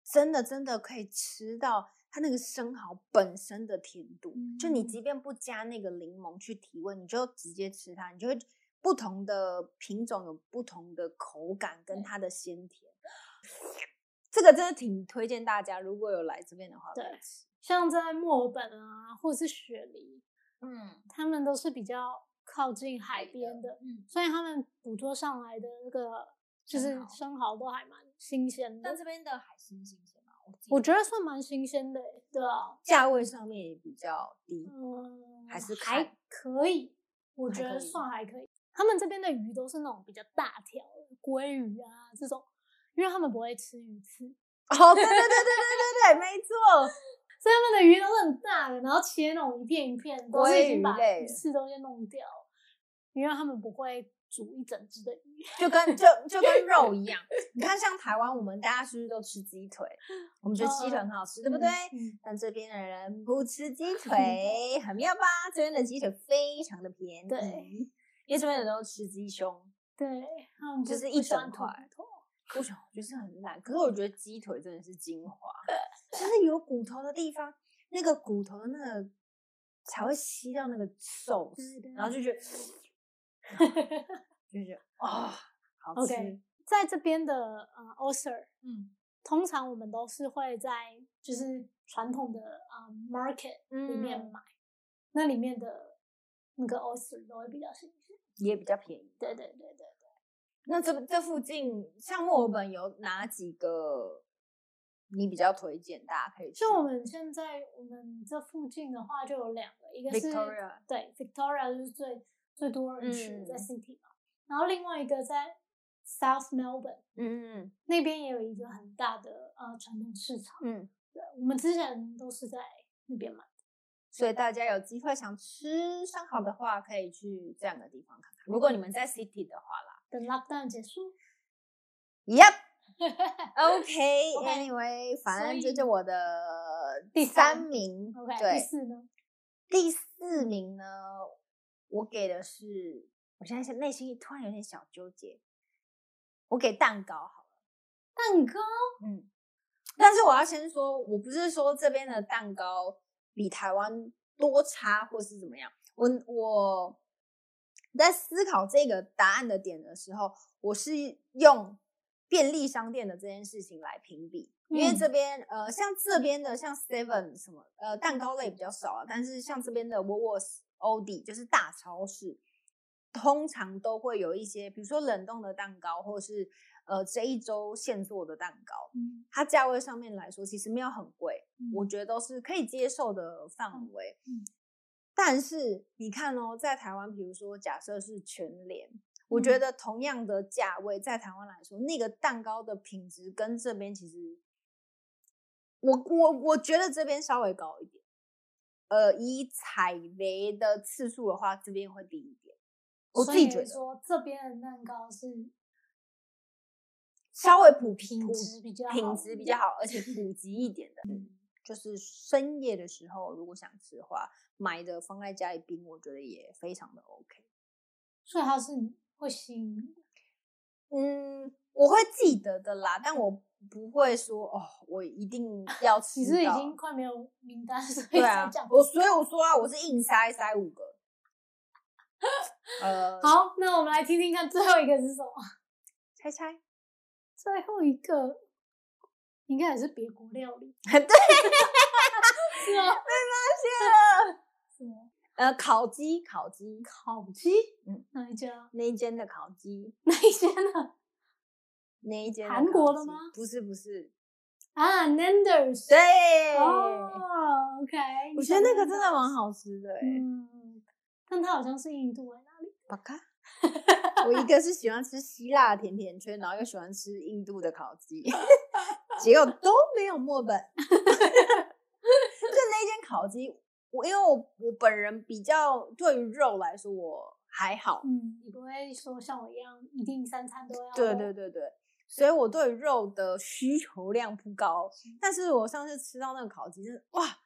Speaker 2: 真的真的可以吃到它那个生蚝本身的甜度，就你
Speaker 1: 嗯
Speaker 2: 即便不加那个柠檬去提味，你就直接吃它，你就会不同的品种有不同的口感跟它的鲜甜。这个真的挺推荐大家，如果有来这边的话，
Speaker 1: 对，像在墨尔本啊，或者是雪梨，
Speaker 2: 嗯，
Speaker 1: 他们都是比较靠近海
Speaker 2: 的
Speaker 1: 边的，
Speaker 2: 嗯，
Speaker 1: 所以他们捕捉上来的那个就
Speaker 2: 生
Speaker 1: 是
Speaker 2: 蚝
Speaker 1: 生蚝都还蛮新鲜的
Speaker 2: 但，这边的海鲜新鲜嘛，我自
Speaker 1: 我
Speaker 2: 己嗯
Speaker 1: 觉得算蛮新鲜的欸、对啊，
Speaker 2: 价位上面也比较低，
Speaker 1: 嗯，
Speaker 2: 还是
Speaker 1: 还
Speaker 2: 看
Speaker 1: 可以，我
Speaker 2: 还
Speaker 1: 觉
Speaker 2: 可
Speaker 1: 得
Speaker 2: 以
Speaker 1: 算还可以。他们这边的鱼都是那种比较大条的，鲑鱼啊这种，因为他们不会吃鱼刺，
Speaker 2: 哦，对对对对对对对，没错，
Speaker 1: 所以他们的鱼都是很大的，然后切那种一片一片，都是已
Speaker 2: 鲑鱼
Speaker 1: 经把
Speaker 2: 类
Speaker 1: 鱼刺都先弄掉了，因为他们不会煮一整只的鱼。
Speaker 2: 就跟就就跟肉一样。你看，像台湾，我们大家是不是都吃鸡腿？我们觉得鸡腿很好吃，对不对？
Speaker 1: 嗯
Speaker 2: 但这边的人不吃 鸡腿，很妙吧？这边的鸡腿非常的便宜，
Speaker 1: 对
Speaker 2: 因为这边的人都吃鸡胸，
Speaker 1: 对，他们
Speaker 2: 就
Speaker 1: 不
Speaker 2: 是
Speaker 1: 不
Speaker 2: 一
Speaker 1: 喜欢
Speaker 2: 整
Speaker 1: 吐骨
Speaker 2: 块
Speaker 1: 头
Speaker 2: 不想就是很烂。可是我觉得鸡腿真的是 精华，就是有骨头的地方，那个骨头的那个才会吸到那个寿司，然后就觉得 就觉得啊、好吃
Speaker 1: OK 在这边的呃 oyster，
Speaker 2: 嗯
Speaker 1: 通常我们都是会在就是传统的呃 market 里面
Speaker 2: 嗯
Speaker 1: 买，那里面的那个 oyster 都会比较新鲜。
Speaker 2: 也比较便宜。
Speaker 1: 对对对对，
Speaker 2: 那这这附近，像墨尔本有哪几个你比较推荐大家可以去？
Speaker 1: 像我们现在我们这附近的话就有两个，一个是
Speaker 2: Victoria
Speaker 1: 对 Victoria 就是最最多人去的在
Speaker 2: 嗯
Speaker 1: City 嘛，然后另外一个在 South Melbourne
Speaker 2: 嗯
Speaker 1: 那边也有一个很大的呃传统市场，
Speaker 2: 嗯，
Speaker 1: 对，我们之前都是在那边买。
Speaker 2: 所以大家有机会想吃生蚝的话，可以去这样的地方看看。如果你们在 City 的话啦
Speaker 1: 等 lockdown 结束，
Speaker 2: ，Yep。
Speaker 1: OK
Speaker 2: OK，Anyway，、反正这
Speaker 1: 所
Speaker 2: 就
Speaker 1: 以
Speaker 2: 我的
Speaker 1: 第
Speaker 2: 三
Speaker 1: 三
Speaker 2: 名。
Speaker 1: OK，
Speaker 2: 对，
Speaker 1: 第四呢？
Speaker 2: 第四名呢，我给的是，我现在是内心突然有点小纠结，我给蛋糕好了，
Speaker 1: 蛋糕
Speaker 2: 嗯，但是我要先说，我不是说这边的蛋糕比台湾多差或是怎么样，我我在思考这个答案的点的时候，我是用便利商店的这件事情来评比，因为
Speaker 1: 嗯
Speaker 2: 这边呃，像这边的像 Seven 什么呃蛋糕类比较少啊，但是像这边的 Woolworths、OD 就是大超市，通常都会有一些，比如说冷冻的蛋糕，或是呃这一周现做的蛋糕，
Speaker 1: 嗯，
Speaker 2: 它价位上面来说其实没有很贵，我
Speaker 1: 嗯
Speaker 2: 觉得都是可以接受的范围。
Speaker 1: 嗯
Speaker 2: 但是你看哦，在台湾，比如说假设是全联，我觉
Speaker 1: 嗯
Speaker 2: 得同样的价位，在台湾来说，那个蛋糕的品质跟这边其实，我我我觉得这边稍微高一点。呃，以踩雷的次数的话，这边会低一点。我
Speaker 1: 所
Speaker 2: 自己
Speaker 1: 以
Speaker 2: 觉得
Speaker 1: 说这边的蛋糕是
Speaker 2: 稍微普
Speaker 1: 品
Speaker 2: 普
Speaker 1: 质比较好
Speaker 2: 品质比较好，而且普及一点的，就是深夜的时候如果想吃的话，买的放在家里冰，我觉得也非常的 OK。
Speaker 1: 所以它是会吸引你的
Speaker 2: 嗯，我会记得的啦，但我不会说哦，我一 定要吃
Speaker 1: 其
Speaker 2: 到。
Speaker 1: 实已经快没有名单，所以
Speaker 2: 对
Speaker 1: 才
Speaker 2: 啊
Speaker 1: 讲，。
Speaker 2: 我所以我说啊，我是硬塞塞五 个。呃，
Speaker 1: 好，那我们来听听看最后一个是什么？
Speaker 2: 猜猜，
Speaker 1: 最后一个应该也是别国料理，
Speaker 2: 对，
Speaker 1: 是吗？ 什么
Speaker 2: 呃，烤鸡，烤鸡，
Speaker 1: 烤鸡？
Speaker 2: 嗯
Speaker 1: 哪一家？
Speaker 2: 那一间的烤鸡，
Speaker 1: 哪一家呢？
Speaker 2: 那一间
Speaker 1: 韩国
Speaker 2: 烤
Speaker 1: 的
Speaker 2: 鸡
Speaker 1: 吗
Speaker 2: 不是，不是，
Speaker 1: 啊，Nanders。
Speaker 2: 对，
Speaker 1: 哦，OK，
Speaker 2: 我觉得那个真的
Speaker 1: 蛮
Speaker 2: 蛮。好吃的、欸，
Speaker 1: 嗯，但它好像是印度哎、哪里？
Speaker 2: 巴卡。 我一个是喜欢吃希腊甜甜圈，然后又喜欢吃印度的烤鸡， 结果都没有墨本。 就那间烤鸡，我因为我我本人比较对于肉来说我还好，
Speaker 1: 嗯，你不会说像我一样一定三餐都要？
Speaker 2: 对对。对对，所以我对于肉的需求量不高。但是我上次吃到那个烤鸡，真的哇，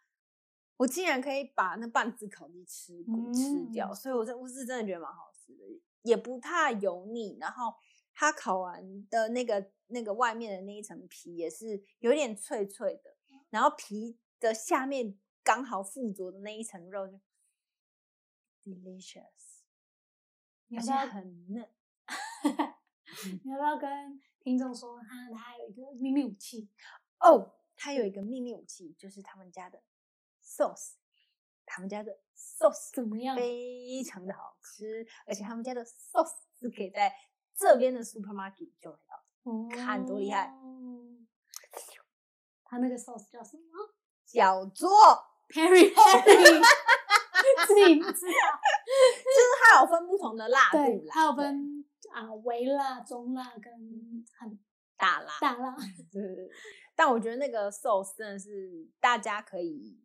Speaker 2: 我竟然可以把那半只烤鸡吃骨吃掉，
Speaker 1: 嗯
Speaker 2: 所以我真我是真的觉得蛮好吃的，也不太油腻。然后它烤完的那个那个外面的那一层皮也是有点脆脆的，然后皮的下面刚好附着的那一层肉就 delicious，
Speaker 1: 你要
Speaker 2: 而且
Speaker 1: 不要？
Speaker 2: 很嫩。
Speaker 1: 你要不要跟听众说他他有一个秘密武器？
Speaker 2: 哦，它有一个秘密武器，就是他们家的 sauce，他们家的 sauce
Speaker 1: 怎么样？
Speaker 2: 非常的好吃，而且他们家的 sauce 是可以在这边的 supermarket 就买到，看多厉害
Speaker 1: 哦！ 他那个 sauce 叫什么
Speaker 2: 叫做
Speaker 1: ？Perry Perry，自己不知道。
Speaker 2: 它有分不同的辣度
Speaker 1: 对，
Speaker 2: 啦，
Speaker 1: 还有
Speaker 2: 对
Speaker 1: 分啊微辣、中辣跟很
Speaker 2: 大辣，
Speaker 1: 大辣。
Speaker 2: 对对对。但我觉得那个 sauce 真的是大家可以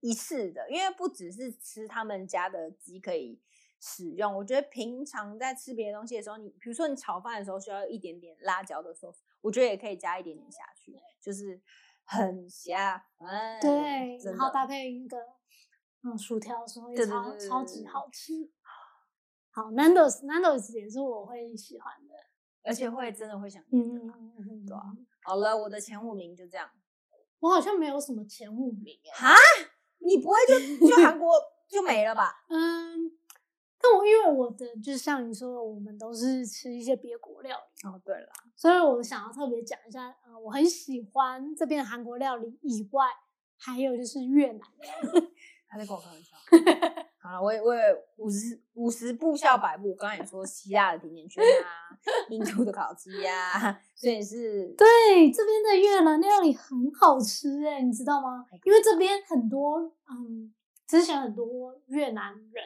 Speaker 2: 一试的，因为不只是吃他们家的鸡可以使用，我觉得平常在吃别的东西的时候，你比如说你炒饭的时候需要一点点辣椒的 sauce，我觉得也可以加一点点下去，就是很下饭。
Speaker 1: 对，
Speaker 2: 真
Speaker 1: 然后
Speaker 2: 的
Speaker 1: 搭配那个嗯薯条的时候也
Speaker 2: 对对
Speaker 1: 超
Speaker 2: 对
Speaker 1: 超
Speaker 2: 对
Speaker 1: 级
Speaker 2: 对
Speaker 1: 好吃。好，Nando's Nando's 也是我会喜欢的。
Speaker 2: 而且会真的会想念的啦。
Speaker 1: 嗯，嗯
Speaker 2: 对啊好了，我的前五名就这样。
Speaker 1: 我好像没有什么前五名哎。
Speaker 2: 哈，你不会就就韩 国就没了吧？
Speaker 1: 嗯，但我因为我的就像你说的，我们都是吃一些别国料理，
Speaker 2: 哦，对了，
Speaker 1: 所以我想要特别讲一下，呃，我很喜欢这边的韩国料理以外，还有就是越南料
Speaker 2: 他在跟我开 玩笑。好了，我也我也五十五十步笑百步。我刚才也说希腊的甜甜圈啊，印度的烤鸡 啊，所以是
Speaker 1: 对，这边的越南料理很好吃哎、你知道吗？因为这边很多嗯，之前很多越南人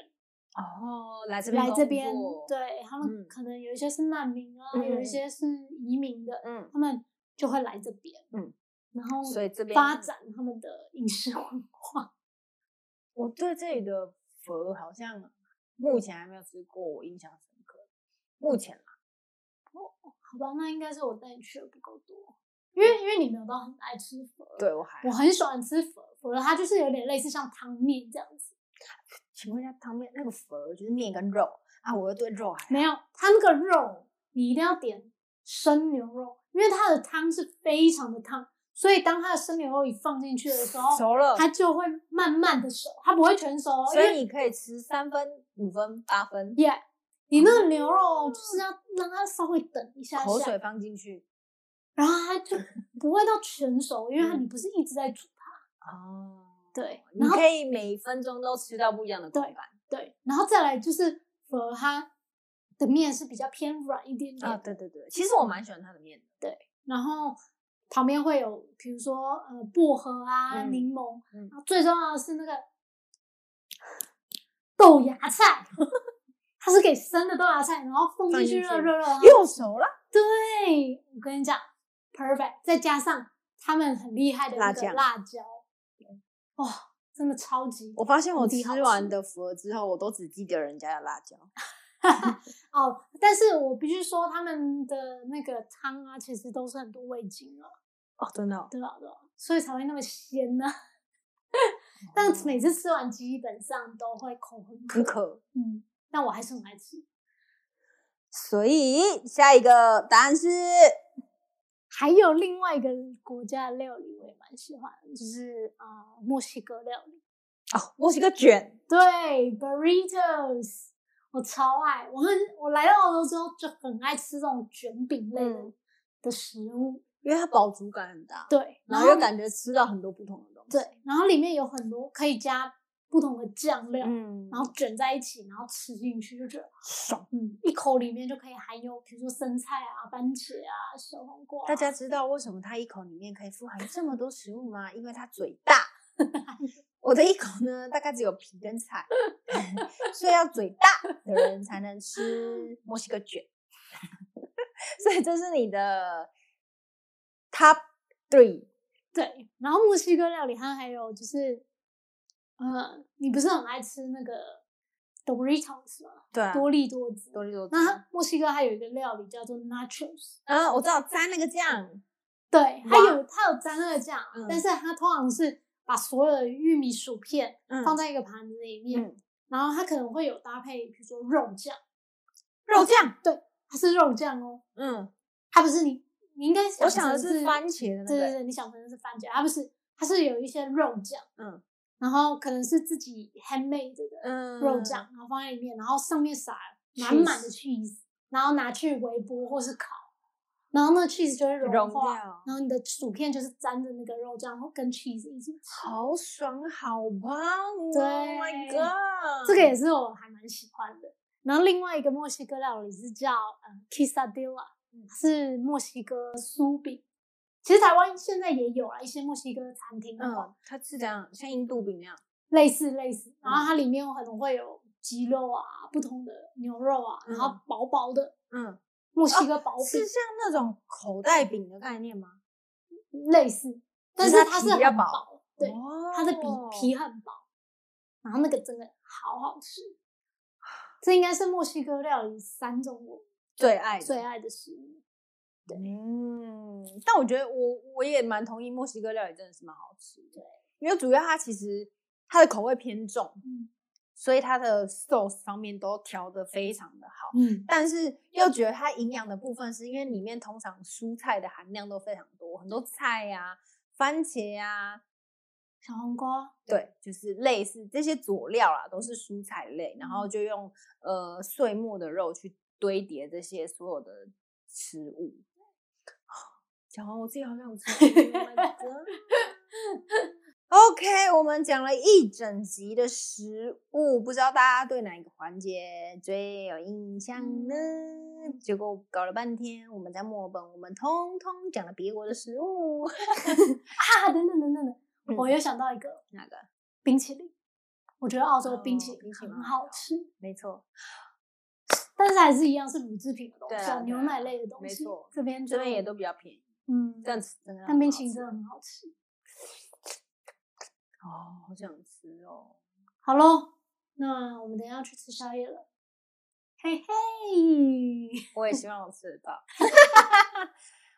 Speaker 2: 哦，来这边
Speaker 1: 来这边
Speaker 2: 工作，
Speaker 1: 对他们
Speaker 2: 嗯
Speaker 1: 可能有一些是难民啊，
Speaker 2: 嗯
Speaker 1: 有
Speaker 2: 嗯
Speaker 1: 一些是移民的，
Speaker 2: 嗯，
Speaker 1: 他们就会来这边，
Speaker 2: 嗯，
Speaker 1: 然后
Speaker 2: 所以这边
Speaker 1: 发展他们的饮食文化。
Speaker 2: 我对这里的佛好像目前还没有吃过，我印象深刻。目前啦，
Speaker 1: 好吧，那应该是我带你去的不够多，因为因为你没有到很爱吃粉，，
Speaker 2: 对我还
Speaker 1: 我很喜欢吃粉，粉它就是有点类似像汤面这样子。
Speaker 2: 请问一下，汤面那个佛就是面跟肉啊，我又对肉还好
Speaker 1: 没有，它那个肉你一定要点生牛肉，因为它的汤是非常的烫，所以当它的生牛肉一放进去的时候，
Speaker 2: 熟了，
Speaker 1: 它就会慢慢的熟，它不会全熟哦哦，因
Speaker 2: 所以
Speaker 1: 为
Speaker 2: 你可以吃三分、五分、八分，
Speaker 1: 耶你那个牛肉就是要让它稍微等一下
Speaker 2: 口
Speaker 1: 下，
Speaker 2: 水放进去
Speaker 1: 然后它就不会到全熟，因为它
Speaker 2: 嗯
Speaker 1: 你不是一直在煮它，
Speaker 2: 哦。
Speaker 1: 对，
Speaker 2: 你
Speaker 1: 然后
Speaker 2: 可以每分钟都吃到不一样的口
Speaker 1: 对
Speaker 2: 感
Speaker 1: 对，然后再来就是和它的面是比较偏软一点点的，
Speaker 2: 对对，其实我蛮喜欢它的面的，
Speaker 1: 然后旁边会有，比如说呃薄荷啊、
Speaker 2: 嗯
Speaker 1: 柠、檬，
Speaker 2: 嗯
Speaker 1: 然后最重要的是那个豆芽菜， 它是给生的豆芽菜，然后放进
Speaker 2: 放
Speaker 1: 去
Speaker 2: 进
Speaker 1: 热
Speaker 2: 去
Speaker 1: 热热，啊然后
Speaker 2: 又熟了。
Speaker 1: 对，我跟你讲，perfect，再加上他们很厉害的
Speaker 2: 辣
Speaker 1: 那个
Speaker 2: 酱
Speaker 1: 辣椒，哇、真的超级
Speaker 2: 我发现我
Speaker 1: 无敌
Speaker 2: 吃
Speaker 1: 好
Speaker 2: 完
Speaker 1: 吃
Speaker 2: 的符合之后，我都只记得人家的辣椒。
Speaker 1: 哦！但是我必须说，他们的那个汤啊，其实都是很多味精了，
Speaker 2: 哦，真的、哦，
Speaker 1: 对啊吧？对吧？所以才会那么鲜呢、但每次吃完基本上都会口很
Speaker 2: 很
Speaker 1: 渴，
Speaker 2: 渴。
Speaker 1: 嗯，但我还是很爱吃。
Speaker 2: 所以下一个答案是
Speaker 1: 还有另外一个国家的料理我也蛮喜欢的，就是啊、呃墨西哥料理，
Speaker 2: 哦，墨西哥卷，
Speaker 1: 对，burritos，我超爱，我很我来到澳洲之后就很爱吃这种卷饼类的、
Speaker 2: 嗯
Speaker 1: 的食物，
Speaker 2: 因为它饱足感很大，
Speaker 1: 对，
Speaker 2: 然
Speaker 1: 然
Speaker 2: 后
Speaker 1: 后
Speaker 2: 又感觉吃到很多不同的东西。
Speaker 1: 对，然后里面有很多可以加不同的酱料，
Speaker 2: 嗯
Speaker 1: 然后卷在一起，然后吃进去就觉得
Speaker 2: 爽。
Speaker 1: 嗯，一口里面就可以含有，比如说生菜啊、番茄啊、小黄瓜啊、
Speaker 2: 大家知道为什么它一口里面可以富含这么多食物吗？因为它嘴大。 我的一口呢，大概只有皮跟菜， 所以要嘴大的人才能吃墨西哥卷。 所以这是你的 top three，
Speaker 1: 对，然后墨西哥料理它还有就是，呃，你不是很爱吃那个 Doritos 吗？
Speaker 2: 对啊
Speaker 1: 多利多汁。
Speaker 2: 多利多汁
Speaker 1: 那它墨西哥还有一个料理叫做 Nachos，
Speaker 2: 啊，我知道沾那个酱，
Speaker 1: 对，它
Speaker 2: 哇
Speaker 1: 有它有沾那个酱，
Speaker 2: 嗯
Speaker 1: 但是它通常是把所有的玉米薯片
Speaker 2: 嗯
Speaker 1: 放在一个盘子里面，
Speaker 2: 嗯
Speaker 1: 然后它可能会有搭配，比如说肉酱，
Speaker 2: 肉酱，
Speaker 1: 它是肉酱哦，
Speaker 2: 嗯，
Speaker 1: 它不是你，你应该
Speaker 2: 我想
Speaker 1: 想
Speaker 2: 的
Speaker 1: 成
Speaker 2: 是番茄的那
Speaker 1: 对对
Speaker 2: 个，
Speaker 1: 对，你想成的是番茄，它不是，它是有一些肉酱，
Speaker 2: 嗯，
Speaker 1: 然后可能是自己 handmade 的
Speaker 2: 嗯，
Speaker 1: 肉酱，然后放在里面，然后上面撒满满的 cheese，然后拿去微波或是烤，然后那个 cheese 就会
Speaker 2: 融
Speaker 1: 化，
Speaker 2: 掉
Speaker 1: 然后你的薯片就是沾着那个肉酱跟 cheese 一起吃，
Speaker 2: 好爽，好棒哦
Speaker 1: 对
Speaker 2: ！Oh my god，
Speaker 1: 这个也是我还蛮喜欢的。然后另外一个墨西哥料理是叫呃 quesadilla，它
Speaker 2: 嗯
Speaker 1: 是墨西哥酥饼。其实台湾现在也有啊，一些墨西哥餐厅的话，
Speaker 2: 嗯，它是这样，像印度饼那样。
Speaker 1: 类似类似，然后它里面有可能会有鸡肉啊，不同的牛肉啊，然后
Speaker 2: 嗯啊
Speaker 1: 薄薄的
Speaker 2: 嗯，
Speaker 1: 墨西哥薄饼
Speaker 2: 哦是，像那种口袋饼的概念吗？
Speaker 1: 类似，但
Speaker 2: 只
Speaker 1: 是
Speaker 2: 是它
Speaker 1: 它是
Speaker 2: 皮比较
Speaker 1: 很
Speaker 2: 薄
Speaker 1: 薄，对，它的皮
Speaker 2: 哦
Speaker 1: 皮很薄，然后那个真的好好吃。这应该是墨西哥料理三种我
Speaker 2: 最爱的
Speaker 1: 最爱的食物。
Speaker 2: 嗯，但我觉得我我也蛮同意墨西哥料理真的是蛮好吃的，因为主要它其实它的口味偏重，
Speaker 1: 嗯
Speaker 2: 所以它的 sauce 方面都调的非常的好。
Speaker 1: 嗯，
Speaker 2: 但是又觉得它营养的部分，是因为里面通常蔬菜的含量都非常多，很多菜呀、番茄呀、
Speaker 1: 小黄瓜，
Speaker 2: 对，就是类似这些佐料啦，都是蔬菜类，然后就用呃碎末的肉去堆叠这些所有的食物。讲完我自己好 想吃，Oh my god。OK，我们讲了一整集的食物，不知道大家对哪一个环节最有印象呢？结果搞了半天，我们在墨尔本，我们通通讲了别国的食物，
Speaker 1: 啊，等等等等等，
Speaker 2: 嗯
Speaker 1: 我又想到一个
Speaker 2: 哪个？
Speaker 1: 冰淇淋，我觉得澳洲冰淇
Speaker 2: 哦冰
Speaker 1: 淋
Speaker 2: 淇
Speaker 1: 很
Speaker 2: 淋蛮
Speaker 1: 好
Speaker 2: 好
Speaker 1: 吃，
Speaker 2: 没错，
Speaker 1: 但是还是一样是乳制品的东
Speaker 2: 对
Speaker 1: 西，
Speaker 2: 啊
Speaker 1: 啊，牛
Speaker 2: 对啊
Speaker 1: 奶类的东
Speaker 2: 没
Speaker 1: 西
Speaker 2: 错，
Speaker 1: 这边
Speaker 2: 这边也
Speaker 1: 就
Speaker 2: 都比较便宜，
Speaker 1: 嗯，
Speaker 2: 这样子真的
Speaker 1: 但冰
Speaker 2: 很
Speaker 1: 淇淋真
Speaker 2: 好吃
Speaker 1: 的很好吃。
Speaker 2: 哦，好想吃哦。
Speaker 1: 好喽，那我们等一下要去吃宵夜了。嘿嘿，
Speaker 2: 我也希望我吃得到。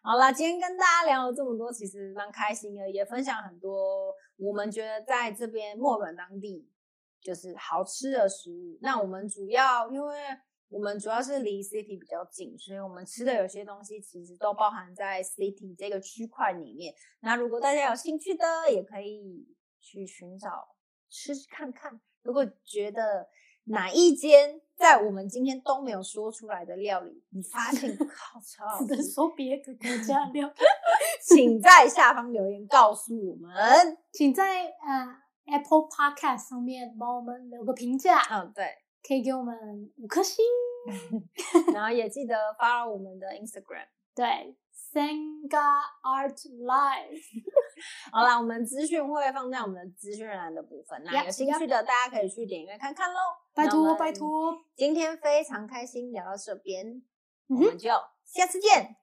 Speaker 2: 好啦，今天跟大家聊了这么多，其实蛮开心的，也分享很多我们觉得在这边墨尔本当地就是好吃的食物。那我们主要因为我们主要是离 city 比较近，所以我们吃的有些东西其实都包含在 city 这个区块里面。那如果大家有兴趣的，也可以去寻找吃吃看看。如果觉得哪一间在我们今天都没有说出来的料理，你发现 靠超好
Speaker 1: 只能
Speaker 2: 吃，
Speaker 1: 说别个国家料理，
Speaker 2: 请在下方留言告诉我 们。
Speaker 1: 请在呃 Apple Podcast 上面帮我们留个评价，
Speaker 2: 嗯，对，
Speaker 1: 可以给我们五颗星。
Speaker 2: 然后也记得 follow 我们的 Instagram。
Speaker 1: 对，Sanga Art Live，
Speaker 2: 好啦，我们资讯会放在我们的资讯栏的部分，那
Speaker 1: Yep，
Speaker 2: 有兴趣的大家可以去点阅看看喽。
Speaker 1: 拜
Speaker 2: 那我
Speaker 1: 托
Speaker 2: 们
Speaker 1: 拜托，
Speaker 2: 今天非常开心聊到这边，
Speaker 1: 嗯
Speaker 2: 我
Speaker 1: 哼
Speaker 2: 们就下次见，